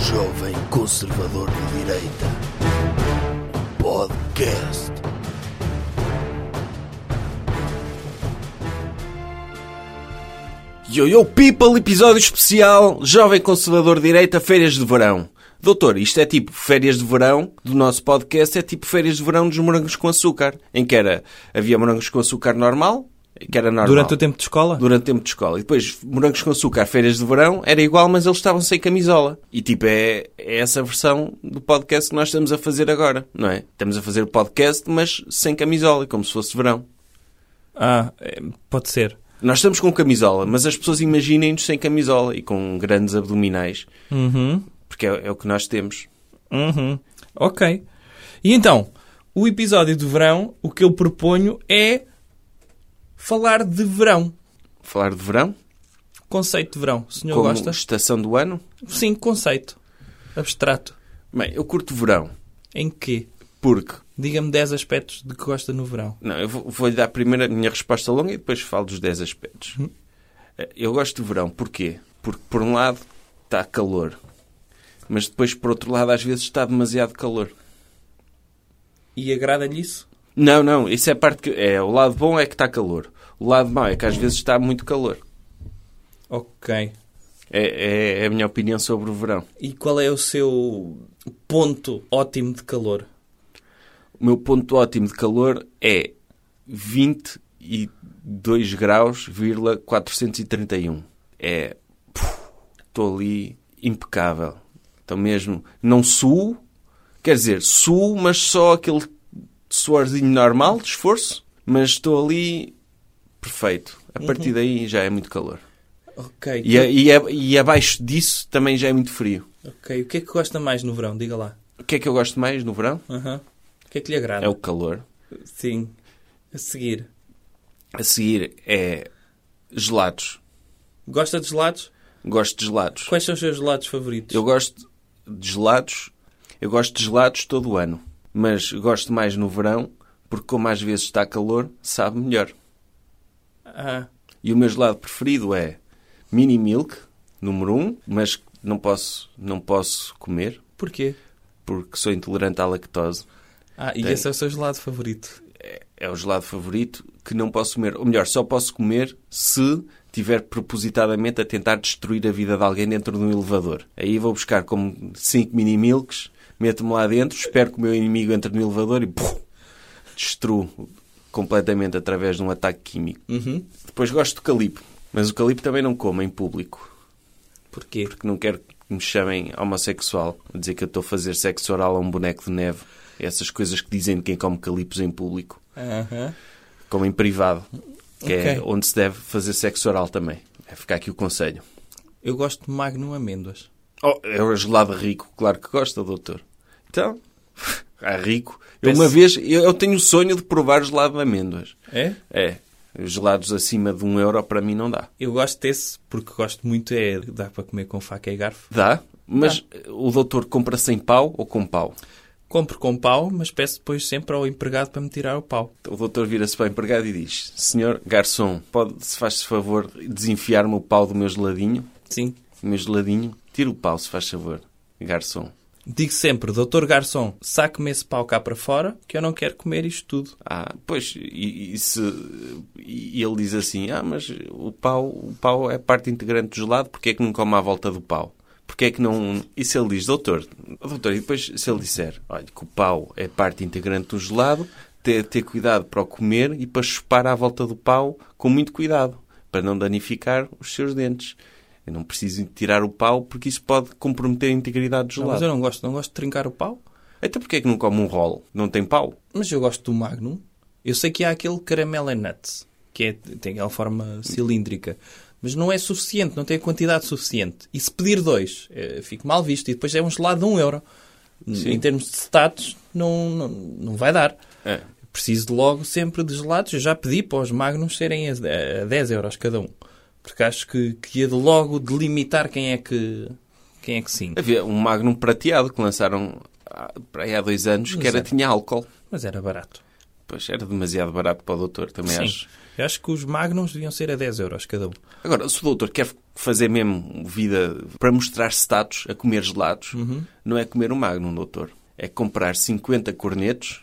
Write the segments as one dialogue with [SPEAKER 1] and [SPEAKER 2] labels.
[SPEAKER 1] Jovem Conservador de Direita. Podcast.
[SPEAKER 2] Yo Yo People, episódio especial Jovem Conservador de Direita, férias de verão. Doutor, isto é tipo férias de verão do nosso podcast, é tipo férias de verão dos morangos com açúcar, em que era, havia morangos com açúcar normal, que era normal.
[SPEAKER 3] Durante o tempo de escola?
[SPEAKER 2] Durante o tempo de escola. E depois, morangos com açúcar, férias de verão, era igual, mas eles estavam sem camisola. E tipo, é, é essa versão do podcast que nós estamos a fazer agora, não é? Estamos a fazer o podcast, mas sem camisola, como se fosse verão.
[SPEAKER 3] Ah, é, pode ser.
[SPEAKER 2] Nós estamos com camisola, mas as pessoas imaginem-nos sem camisola e com grandes abdominais,
[SPEAKER 3] Uhum.
[SPEAKER 2] porque é, é o que nós temos.
[SPEAKER 3] Uhum. Ok. E então, o episódio de verão, o que eu proponho é falar de verão.
[SPEAKER 2] Falar de verão,
[SPEAKER 3] Conceito de verão. O senhor
[SPEAKER 2] como
[SPEAKER 3] gosta?
[SPEAKER 2] estação do ano.
[SPEAKER 3] Sim, conceito. Abstrato.
[SPEAKER 2] Bem, eu curto verão,
[SPEAKER 3] Em quê?
[SPEAKER 2] porque...
[SPEAKER 3] Diga-me 10 aspectos de que gosta no verão.
[SPEAKER 2] Não, eu vou- vou-lhe dar primeiro a minha resposta longa e depois falo dos 10 aspectos. Eh, Eu gosto do verão, porquê? Porque, por um lado, está calor. Mas depois, por outro lado, às vezes está demasiado calor.
[SPEAKER 3] E agrada-lhe isso?
[SPEAKER 2] Não, não, isso é a parte que... É, o lado bom é que está calor. O lado mau é que às vezes está muito calor.
[SPEAKER 3] Ok.
[SPEAKER 2] É, é- é a minha opinião sobre o verão.
[SPEAKER 3] E qual é o seu ponto ótimo de calor?
[SPEAKER 2] O meu ponto ótimo de calor é 22 graus, vírgula 431. É. Estou ali impecável. Então mesmo. Não suo, quer dizer, suo, mas só aquele suorzinho normal, de esforço. Mas estou ali perfeito. A partir daí já é muito calor.
[SPEAKER 3] Ok.
[SPEAKER 2] E, a- e a- e abaixo disso também já é muito frio.
[SPEAKER 3] Ok. O que é que gosta mais no verão? Diga lá.
[SPEAKER 2] O que é que eu gosto mais no verão?
[SPEAKER 3] Aham. O que é que lhe agrada?
[SPEAKER 2] É o calor.
[SPEAKER 3] Sim. A seguir.
[SPEAKER 2] A seguir é gelados.
[SPEAKER 3] Gosta de gelados?
[SPEAKER 2] Gosto de gelados.
[SPEAKER 3] Quais são os seus gelados favoritos?
[SPEAKER 2] Eu gosto de gelados. Eu gosto de gelados todo o ano. Mas gosto mais no verão, porque como às vezes está calor, sabe melhor.
[SPEAKER 3] Ah,
[SPEAKER 2] E o meu gelado preferido é mini milk, número 1, um, mas não posso, não posso comer,
[SPEAKER 3] porquê?
[SPEAKER 2] porque sou intolerante à lactose.
[SPEAKER 3] Ah, e
[SPEAKER 2] Tem-
[SPEAKER 3] esse é o seu gelado favorito?
[SPEAKER 2] É o gelado favorito que não posso comer. Ou melhor, só posso comer se tiver propositadamente a tentar destruir a vida de alguém dentro de um elevador. Aí vou buscar como 5 mini milks, meto-me lá dentro, espero que o meu inimigo entre no elevador e puf, destruo completamente através de um ataque químico.
[SPEAKER 3] Uhum.
[SPEAKER 2] Depois gosto do calipo, mas o calipo também não como em público,
[SPEAKER 3] Porquê?
[SPEAKER 2] porque não quero que me chamem homossexual, a dizer que eu estou a fazer sexo oral a um boneco de neve. Essas coisas que dizem de quem come calipos em público
[SPEAKER 3] Aham.
[SPEAKER 2] como em privado, que é
[SPEAKER 3] Ok.
[SPEAKER 2] onde se deve fazer sexo oral também. É ficar aqui o conselho.
[SPEAKER 3] Eu gosto de Magnum Amêndoas.
[SPEAKER 2] Oh, é o gelado rico, claro que gosta, doutor. Então, é rico. Eu,
[SPEAKER 3] Peço-
[SPEAKER 2] uma vez, eu, eu tenho o sonho de provar gelado de amêndoas.
[SPEAKER 3] É?
[SPEAKER 2] É, os gelados acima de um euro para mim não dá.
[SPEAKER 3] Eu gosto desse porque gosto muito é... Dá para comer com faca e garfo.
[SPEAKER 2] Dá, mas o doutor compra sem pau ou com pau?
[SPEAKER 3] Compro com pau, mas peço depois sempre ao empregado para me tirar o pau.
[SPEAKER 2] O doutor vira-se para o empregado e diz, senhor garçom, pode, se faz favor, desenfiar-me o pau do meu geladinho?
[SPEAKER 3] Sim.
[SPEAKER 2] O meu geladinho, tira o pau, se faz favor, garçom.
[SPEAKER 3] Digo sempre, doutor garçom, saque-me esse pau cá para fora que eu não quero comer isto tudo.
[SPEAKER 2] Ah, pois, e, e se, e ele diz assim, ah, mas o pau, o pau é parte integrante do gelado, porque é que não come à volta do pau? Porque é que não... E se ele diz, doutor, doutor, e depois se ele disser, olha, que o pau é parte integrante do gelado, ter, ter cuidado para o comer e para chupar à volta do pau com muito cuidado, para não danificar os seus dentes. Eu não preciso tirar o pau porque isso pode comprometer a integridade do
[SPEAKER 3] Não, mas eu
[SPEAKER 2] gelado.
[SPEAKER 3] não gosto, não gosto de trincar o pau.
[SPEAKER 2] Então porquê é que não come um rolo? Não tem pau?
[SPEAKER 3] Mas eu gosto do Magnum. Eu sei que há aquele caramelo and nuts, que é, tem aquela forma cilíndrica. Mas não é suficiente, não tem a quantidade suficiente. E se pedir dois, eh, fico mal visto. E depois é um gelado de um euro. Em termos de status, não, não, não vai dar.
[SPEAKER 2] É.
[SPEAKER 3] Preciso logo sempre de gelados. Eu já pedi para os Magnums serem a a 10 euros cada um. Porque acho que, que ia de logo delimitar quem é que, quem é que sim.
[SPEAKER 2] Havia um Magnum ah, prateado que lançaram há- para aí há dois anos que era, tinha álcool.
[SPEAKER 3] Mas era barato.
[SPEAKER 2] Pois era demasiado barato para o doutor, também
[SPEAKER 3] Sim.
[SPEAKER 2] acho.
[SPEAKER 3] Eu acho que os Magnums deviam ser a 10 euros cada um.
[SPEAKER 2] Agora, se o doutor quer fazer mesmo vida para mostrar status a comer gelados,
[SPEAKER 3] Uhum.
[SPEAKER 2] não é comer um magnum, doutor. É comprar 50 cornetos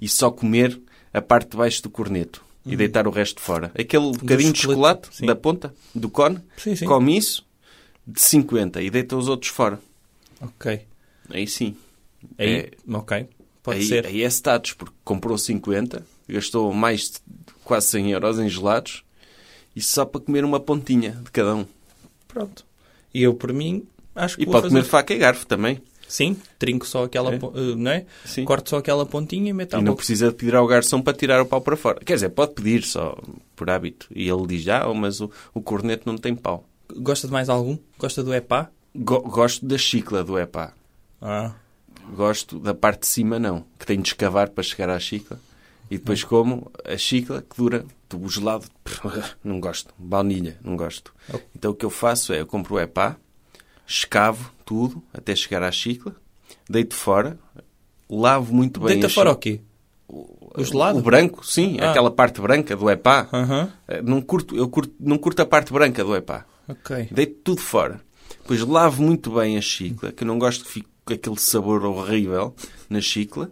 [SPEAKER 2] e só comer a parte de baixo do corneto e deitar o resto fora. Aquele bocadinho de
[SPEAKER 3] Uhum. chocolate,
[SPEAKER 2] chocolate
[SPEAKER 3] sim.
[SPEAKER 2] da ponta, do cone,
[SPEAKER 3] Sim, sim.
[SPEAKER 2] come isso de 50 e deita os outros fora.
[SPEAKER 3] Ok.
[SPEAKER 2] Aí sim.
[SPEAKER 3] Aí,
[SPEAKER 2] É-
[SPEAKER 3] ok. Pode
[SPEAKER 2] aí,
[SPEAKER 3] ser.
[SPEAKER 2] aí é status, porque comprou 50, gastou mais de quase 100 euros em gelados e só para comer uma pontinha de cada um.
[SPEAKER 3] Pronto. E eu, por mim, acho que
[SPEAKER 2] E
[SPEAKER 3] vou
[SPEAKER 2] pode
[SPEAKER 3] fazer.
[SPEAKER 2] comer faca e garfo também.
[SPEAKER 3] Sim, trinco só aquela...
[SPEAKER 2] É.
[SPEAKER 3] pon- eh, Não é?
[SPEAKER 2] Sim.
[SPEAKER 3] Corto só aquela pontinha e meto um à
[SPEAKER 2] e não
[SPEAKER 3] boca.
[SPEAKER 2] precisa de pedir ao garçom para tirar o pau para fora. Quer dizer, pode pedir só por hábito. E ele diz, ah, mas o, o corneto não tem pau.
[SPEAKER 3] Gosta de mais algum? Gosta do epá?
[SPEAKER 2] Go- gosto da chicla do epá.
[SPEAKER 3] Ah.
[SPEAKER 2] Gosto da parte de cima, não. Que tem de escavar para chegar à chicla. E
[SPEAKER 3] Hum.
[SPEAKER 2] depois como a chicla, que dura... O gelado, não gosto. Baunilha, não gosto.
[SPEAKER 3] Oh.
[SPEAKER 2] Então o que eu faço é, eu compro o epá, escavo tudo até chegar à chicla, deito fora, lavo muito bem
[SPEAKER 3] Deita
[SPEAKER 2] a
[SPEAKER 3] fora
[SPEAKER 2] chicla.
[SPEAKER 3] o quê? O gelado?
[SPEAKER 2] O branco, sim,
[SPEAKER 3] Ah.
[SPEAKER 2] aquela parte branca do EPA.
[SPEAKER 3] Aham.
[SPEAKER 2] Eh, Não curto, eu curto, não curto a parte branca do EPA.
[SPEAKER 3] Ok.
[SPEAKER 2] Deito tudo fora. Depois lavo muito bem a chicla, que eu não gosto que fique com aquele sabor horrível na chicla.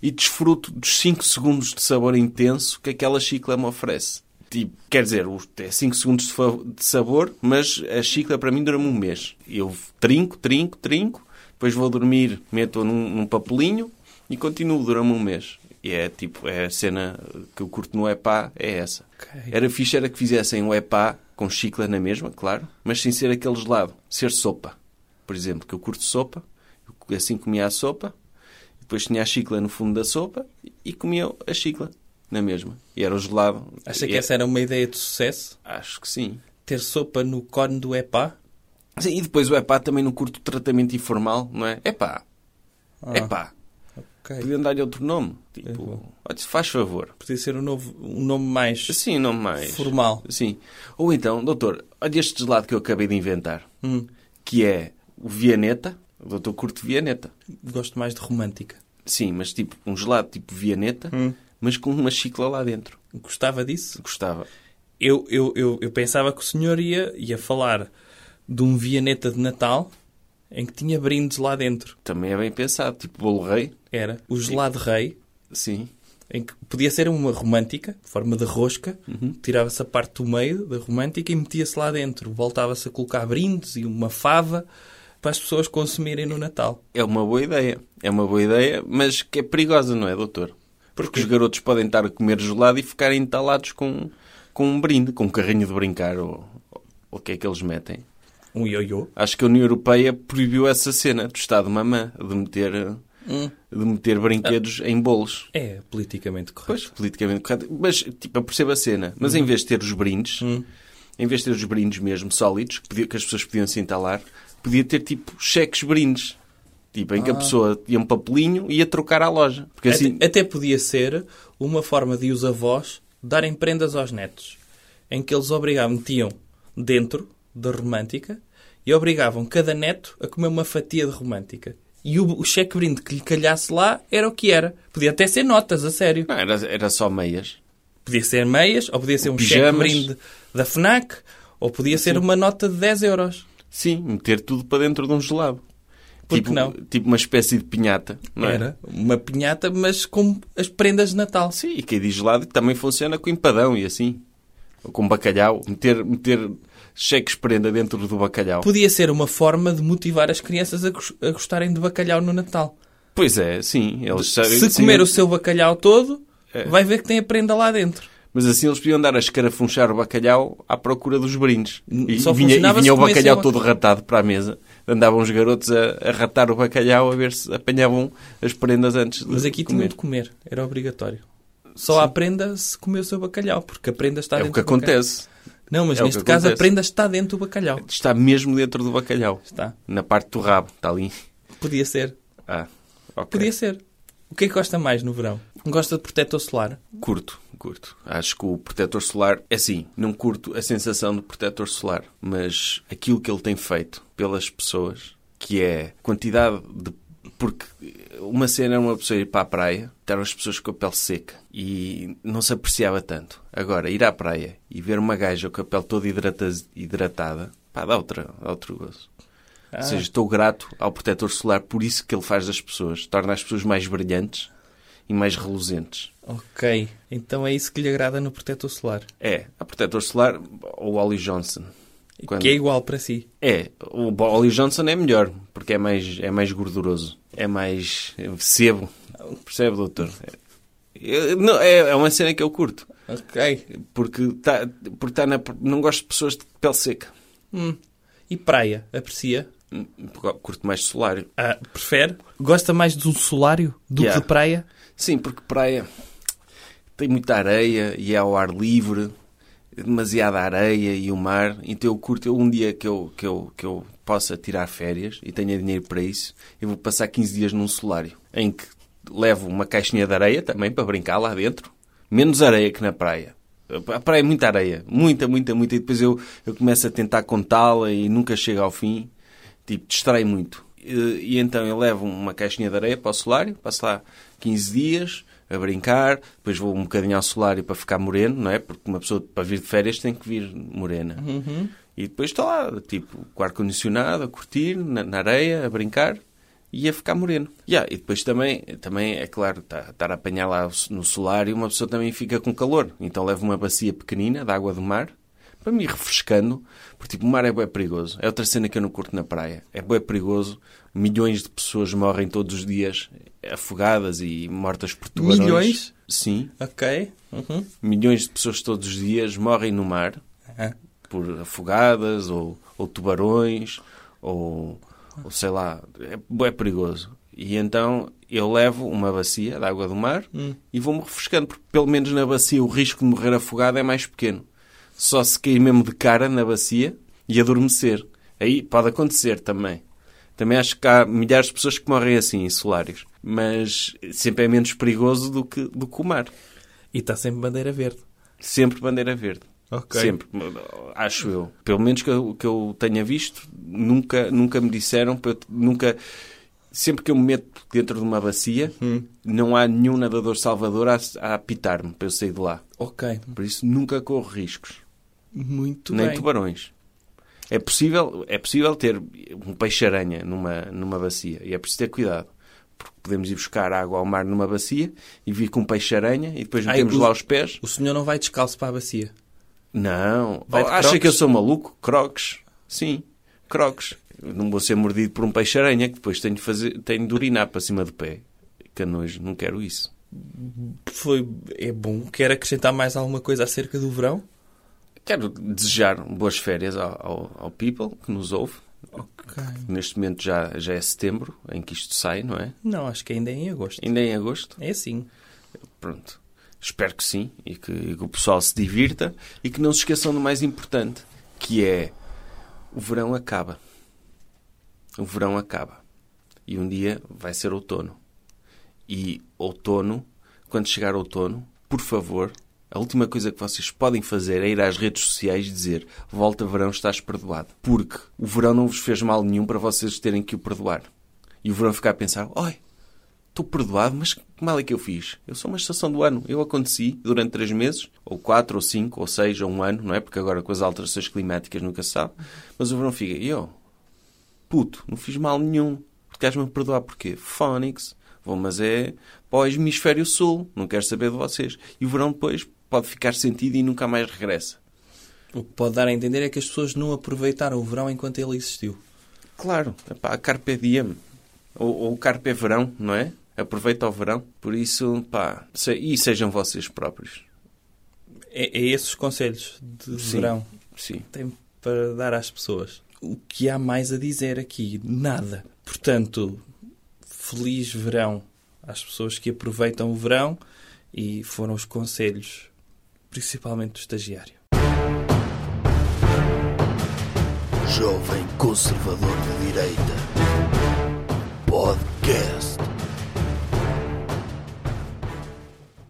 [SPEAKER 2] E desfruto dos 5 segundos de sabor intenso que aquela chicla me oferece. Tipo, quer dizer, o- é 5 segundos de fa- de sabor, mas a chicla para mim dura-me um mês. Eu trinco, trinco, trinco, depois vou dormir, meto-a num, num papelinho e continuo, dura-me um mês. E é tipo, é a cena que eu curto no EPA, é essa.
[SPEAKER 3] Ok.
[SPEAKER 2] Era fixe era que fizessem um epá com chicla na mesma, claro, mas sem ser aquele gelado. Ser sopa, por exemplo, que eu curto sopa, eu assim comia a sopa, depois tinha a chicla no fundo da sopa e comia a chicla na mesma. E era o gelado.
[SPEAKER 3] Acha que
[SPEAKER 2] E- é-
[SPEAKER 3] essa era uma ideia de sucesso?
[SPEAKER 2] Acho que sim.
[SPEAKER 3] Ter sopa no cone do epá?
[SPEAKER 2] Sim, E depois o epá também não curto o tratamento informal, não é? Epá, epá.
[SPEAKER 3] Ok.
[SPEAKER 2] Podiam dar-lhe outro nome. Tipo,
[SPEAKER 3] Ah. É bom.
[SPEAKER 2] olha, faz favor.
[SPEAKER 3] Podia ser um, novo, um nome mais...
[SPEAKER 2] Sim, não mais.
[SPEAKER 3] Formal.
[SPEAKER 2] Sim. Ou então, doutor, olha este gelado que eu acabei de inventar. Que é o Vianeta. O doutor curte Vianeta.
[SPEAKER 3] Gosto mais de romântica.
[SPEAKER 2] Sim, mas tipo, um gelado tipo Vianeta, mas com uma chicla lá dentro.
[SPEAKER 3] Gostava disso?
[SPEAKER 2] Gostava.
[SPEAKER 3] Eu, eu, eu, eu pensava que o senhor ia, ia falar de um vianeta de Natal em que tinha brindes lá dentro.
[SPEAKER 2] Também é bem pensado. Tipo, bolo rei.
[SPEAKER 3] Era o gelado rei,
[SPEAKER 2] Sim.
[SPEAKER 3] em que podia ser uma romântica, de forma de rosca, tirava-se a parte do meio da romântica e metia-se lá dentro. Voltava-se a colocar brindes e uma fava para as pessoas consumirem no Natal.
[SPEAKER 2] É uma boa ideia. É uma boa ideia, mas que é perigosa, não é, doutor? Porque os garotos podem estar a comer gelado e ficarem entalados com, com um brinde, com um carrinho de brincar ou ou- ou o que é que eles metem.
[SPEAKER 3] Um ioiô.
[SPEAKER 2] Acho que a União Europeia proibiu essa cena do Estado Mamã de meter,
[SPEAKER 3] Hum.
[SPEAKER 2] de meter brinquedos em bolos.
[SPEAKER 3] É politicamente correto.
[SPEAKER 2] Pois, politicamente correto. Mas, tipo, eu percebo a cena. Mas
[SPEAKER 3] Hum.
[SPEAKER 2] em vez de ter os brindes, em vez de ter os brindes mesmo sólidos, que, podia- que as pessoas podiam se entalar, podia ter, tipo, cheques brindes. Tipo,
[SPEAKER 3] Ah.
[SPEAKER 2] em que a pessoa ia um papelinho e ia trocar à loja. Porque assim...
[SPEAKER 3] Até, até podia ser uma forma de os avós darem prendas aos netos, em que eles obrigavam, metiam dentro da romântica e obrigavam cada neto a comer uma fatia de romântica. E o, o cheque brinde que lhe calhasse lá era o que era. Podia até ser notas, a sério.
[SPEAKER 2] Não, era, era só meias.
[SPEAKER 3] Podia ser meias, ou podia ser um
[SPEAKER 2] Pijamas.
[SPEAKER 3] cheque brinde da FNAC, ou podia ser uma nota de 10 euros.
[SPEAKER 2] Sim, meter tudo para dentro de um gelado.
[SPEAKER 3] Por que
[SPEAKER 2] tipo,
[SPEAKER 3] não?
[SPEAKER 2] Tipo uma espécie de pinhata. Não é?
[SPEAKER 3] Era uma pinhata, mas com as prendas de Natal.
[SPEAKER 2] Sim, e quem diz gelado também funciona com empadão e assim. Ou com bacalhau. Meter, meter cheques prenda dentro do bacalhau.
[SPEAKER 3] Podia ser uma forma de motivar as crianças a, gos- a gostarem de bacalhau no Natal.
[SPEAKER 2] Pois é, sim. Eles sabem,
[SPEAKER 3] Se
[SPEAKER 2] sim. É.
[SPEAKER 3] comer o seu bacalhau todo, vai ver que tem a prenda lá dentro.
[SPEAKER 2] Mas assim eles podiam andar a escarafunchar o bacalhau à procura dos brindes. E,
[SPEAKER 3] Só
[SPEAKER 2] e vinha, e
[SPEAKER 3] funcionava
[SPEAKER 2] vinha
[SPEAKER 3] se
[SPEAKER 2] o bacalhau
[SPEAKER 3] comessem o
[SPEAKER 2] todo ratado para a mesa. Andavam os garotos a, a ratar o bacalhau a ver se apanhavam as prendas antes de
[SPEAKER 3] Mas aqui tinham
[SPEAKER 2] comer.
[SPEAKER 3] de comer, era obrigatório. Só a prenda se comer o seu bacalhau, porque a prenda está
[SPEAKER 2] É
[SPEAKER 3] dentro
[SPEAKER 2] o que
[SPEAKER 3] do bacalhau.
[SPEAKER 2] acontece.
[SPEAKER 3] Não, mas
[SPEAKER 2] É o que
[SPEAKER 3] neste caso a
[SPEAKER 2] acontece. É.
[SPEAKER 3] prenda está dentro do bacalhau.
[SPEAKER 2] Está mesmo dentro do bacalhau.
[SPEAKER 3] Está.
[SPEAKER 2] Na parte do rabo. Está ali.
[SPEAKER 3] Podia ser.
[SPEAKER 2] Ah, ok.
[SPEAKER 3] Podia ser. O que é que gosta mais no verão? Gosta de protetor solar?
[SPEAKER 2] Curto, curto. Acho que o protetor solar é assim. Não curto a sensação do protetor solar, mas aquilo que ele tem feito pelas pessoas, que é quantidade de. Porque uma cena era uma pessoa ir para a praia, eram as pessoas com a pele seca e não se apreciava tanto. Agora, ir à praia e ver uma gaja com a pele toda hidrata- hidratada, pá, dá, outra, dá outro gozo. Ou seja, estou grato ao protetor solar por isso que ele faz das pessoas, torna as pessoas mais brilhantes e mais reluzentes.
[SPEAKER 3] Ok. Então é isso que lhe agrada no protetor solar.
[SPEAKER 2] É, há protetor solar ou óleo Johnson. Quando-
[SPEAKER 3] Que é igual para si.
[SPEAKER 2] É, o óleo Johnson é melhor, porque é mais, é mais gorduroso, é mais é sebo. Percebe, doutor? É, é- não, é, é uma cena que eu curto,
[SPEAKER 3] Ok.
[SPEAKER 2] porque, tá, porque tá na, não gosto de pessoas de pele seca. Hum,
[SPEAKER 3] Hum. E praia? Aprecia?
[SPEAKER 2] Curto mais solário.
[SPEAKER 3] Ah, prefere? Gosta mais do solário do
[SPEAKER 2] Yeah.
[SPEAKER 3] que de praia?
[SPEAKER 2] Sim, porque praia tem muita areia e é ao ar livre, demasiada areia e o mar. Então eu curto, eu, um dia que eu, que, eu, que eu possa tirar férias e tenha dinheiro para isso, eu vou passar 15 dias num solário em que levo uma caixinha de areia também para brincar lá dentro. Menos areia que na praia. A praia é muita areia, muita, muita, muita. E depois eu, eu começo a tentar contá-la e nunca chego ao fim. Tipo, distrai muito. E, e então eu levo uma caixinha de areia para o solário, passo lá 15 dias a brincar, depois vou um bocadinho ao solário para ficar moreno, não é? Porque uma pessoa para vir de férias tem que vir morena. E depois estou lá, tipo, com o ar-condicionado, a curtir, na, na areia, a brincar e a ficar moreno. Yeah, e depois também, também é claro, tá- estar a apanhar lá o s- no solário, uma pessoa também fica com calor. Então levo uma bacia pequenina de água do mar, para me ir refrescando, porque tipo, o mar é bué perigoso. É outra cena que eu não curto na praia. É bué perigoso. Milhões de pessoas morrem todos os dias afogadas e mortas por tubarões.
[SPEAKER 3] Milhões?
[SPEAKER 2] Sim.
[SPEAKER 3] Ok. Uhum.
[SPEAKER 2] Milhões de pessoas todos os dias morrem no mar
[SPEAKER 3] Ah,
[SPEAKER 2] por afogadas ou, ou tubarões ou, ou sei lá. É, é perigoso. E então eu levo uma bacia de água do mar e vou-me refrescando, porque pelo menos na bacia o risco de morrer afogado é mais pequeno. Só se cair mesmo de cara na bacia e adormecer. Aí pode acontecer também. Também acho que há milhares de pessoas que morrem assim, em solários. Mas sempre é menos perigoso do que, do que o mar.
[SPEAKER 3] E está sempre bandeira verde.
[SPEAKER 2] Sempre bandeira verde.
[SPEAKER 3] Ok.
[SPEAKER 2] Sempre, acho eu. Pelo menos que eu, que eu tenha visto, nunca, nunca me disseram, para eu- nunca. Sempre que eu me meto dentro de uma bacia,
[SPEAKER 3] Hum.
[SPEAKER 2] não há nenhum nadador salvador a, a apitar-me para eu sair de lá.
[SPEAKER 3] Ok.
[SPEAKER 2] Por isso nunca corro riscos.
[SPEAKER 3] Muito
[SPEAKER 2] nem
[SPEAKER 3] bem.
[SPEAKER 2] tubarões. É possível, é possível ter um peixe-aranha numa, numa bacia e é preciso ter cuidado. Porque podemos ir buscar água ao mar numa bacia e vir com um peixe-aranha e depois
[SPEAKER 3] Ai,
[SPEAKER 2] metemos
[SPEAKER 3] o-
[SPEAKER 2] lá os pés.
[SPEAKER 3] O senhor não vai descalço para a bacia.
[SPEAKER 2] Não.
[SPEAKER 3] Vai de
[SPEAKER 2] acha
[SPEAKER 3] crocs?
[SPEAKER 2] que eu sou maluco? Crocs. Sim, crocs. Eu Não vou ser mordido por um peixe-aranha que depois tenho de, fazer, tenho de urinar para cima do pé. Que nojo, não quero isso.
[SPEAKER 3] Foi... É bom. Quer acrescentar mais alguma coisa acerca do verão?
[SPEAKER 2] Quero desejar boas férias ao, ao, ao people que nos ouve.
[SPEAKER 3] Ok.
[SPEAKER 2] Neste momento já, já é setembro em que isto sai, não é?
[SPEAKER 3] Não, acho que ainda é em agosto.
[SPEAKER 2] Ainda é em agosto.
[SPEAKER 3] É assim.
[SPEAKER 2] Pronto. Espero que sim e que, e que o pessoal se divirta e que não se esqueçam do mais importante, que é o verão acaba. O verão acaba. E um dia vai ser outono. E outono, quando chegar outono, por favor, a última coisa que vocês podem fazer é ir às redes sociais e dizer volta verão, estás perdoado. Porque o verão não vos fez mal nenhum para vocês terem que o perdoar. E o verão ficar a pensar, oi, Estou perdoado, mas que mal é que eu fiz? Eu sou uma estação do ano. Eu aconteci durante três meses, ou quatro, ou cinco, ou seis, ou um ano, não é? Porque agora com as alterações climáticas nunca se sabe. Mas o verão fica, e eu, puto, não fiz mal nenhum. Estás-me a perdoar porquê? Fónix, vou, mas é para o hemisfério sul, não quero saber de vocês. E o verão depois pode ficar sentido e nunca mais regressa.
[SPEAKER 3] O que pode dar a entender é que as pessoas não aproveitaram o verão enquanto ele existiu.
[SPEAKER 2] Claro, epá, carpe diem. Ou, ou carpe verão, não é? Aproveita o verão. Por isso, pá, se- e sejam vocês próprios.
[SPEAKER 3] É, é esses os conselhos de
[SPEAKER 2] Sim.
[SPEAKER 3] verão.
[SPEAKER 2] Sim.
[SPEAKER 3] tem para dar às pessoas. O que há mais a dizer aqui? Nada. Portanto, feliz verão às pessoas que aproveitam o verão e foram os conselhos, principalmente do estagiário.
[SPEAKER 1] Jovem Conservador de Direita. Podcast.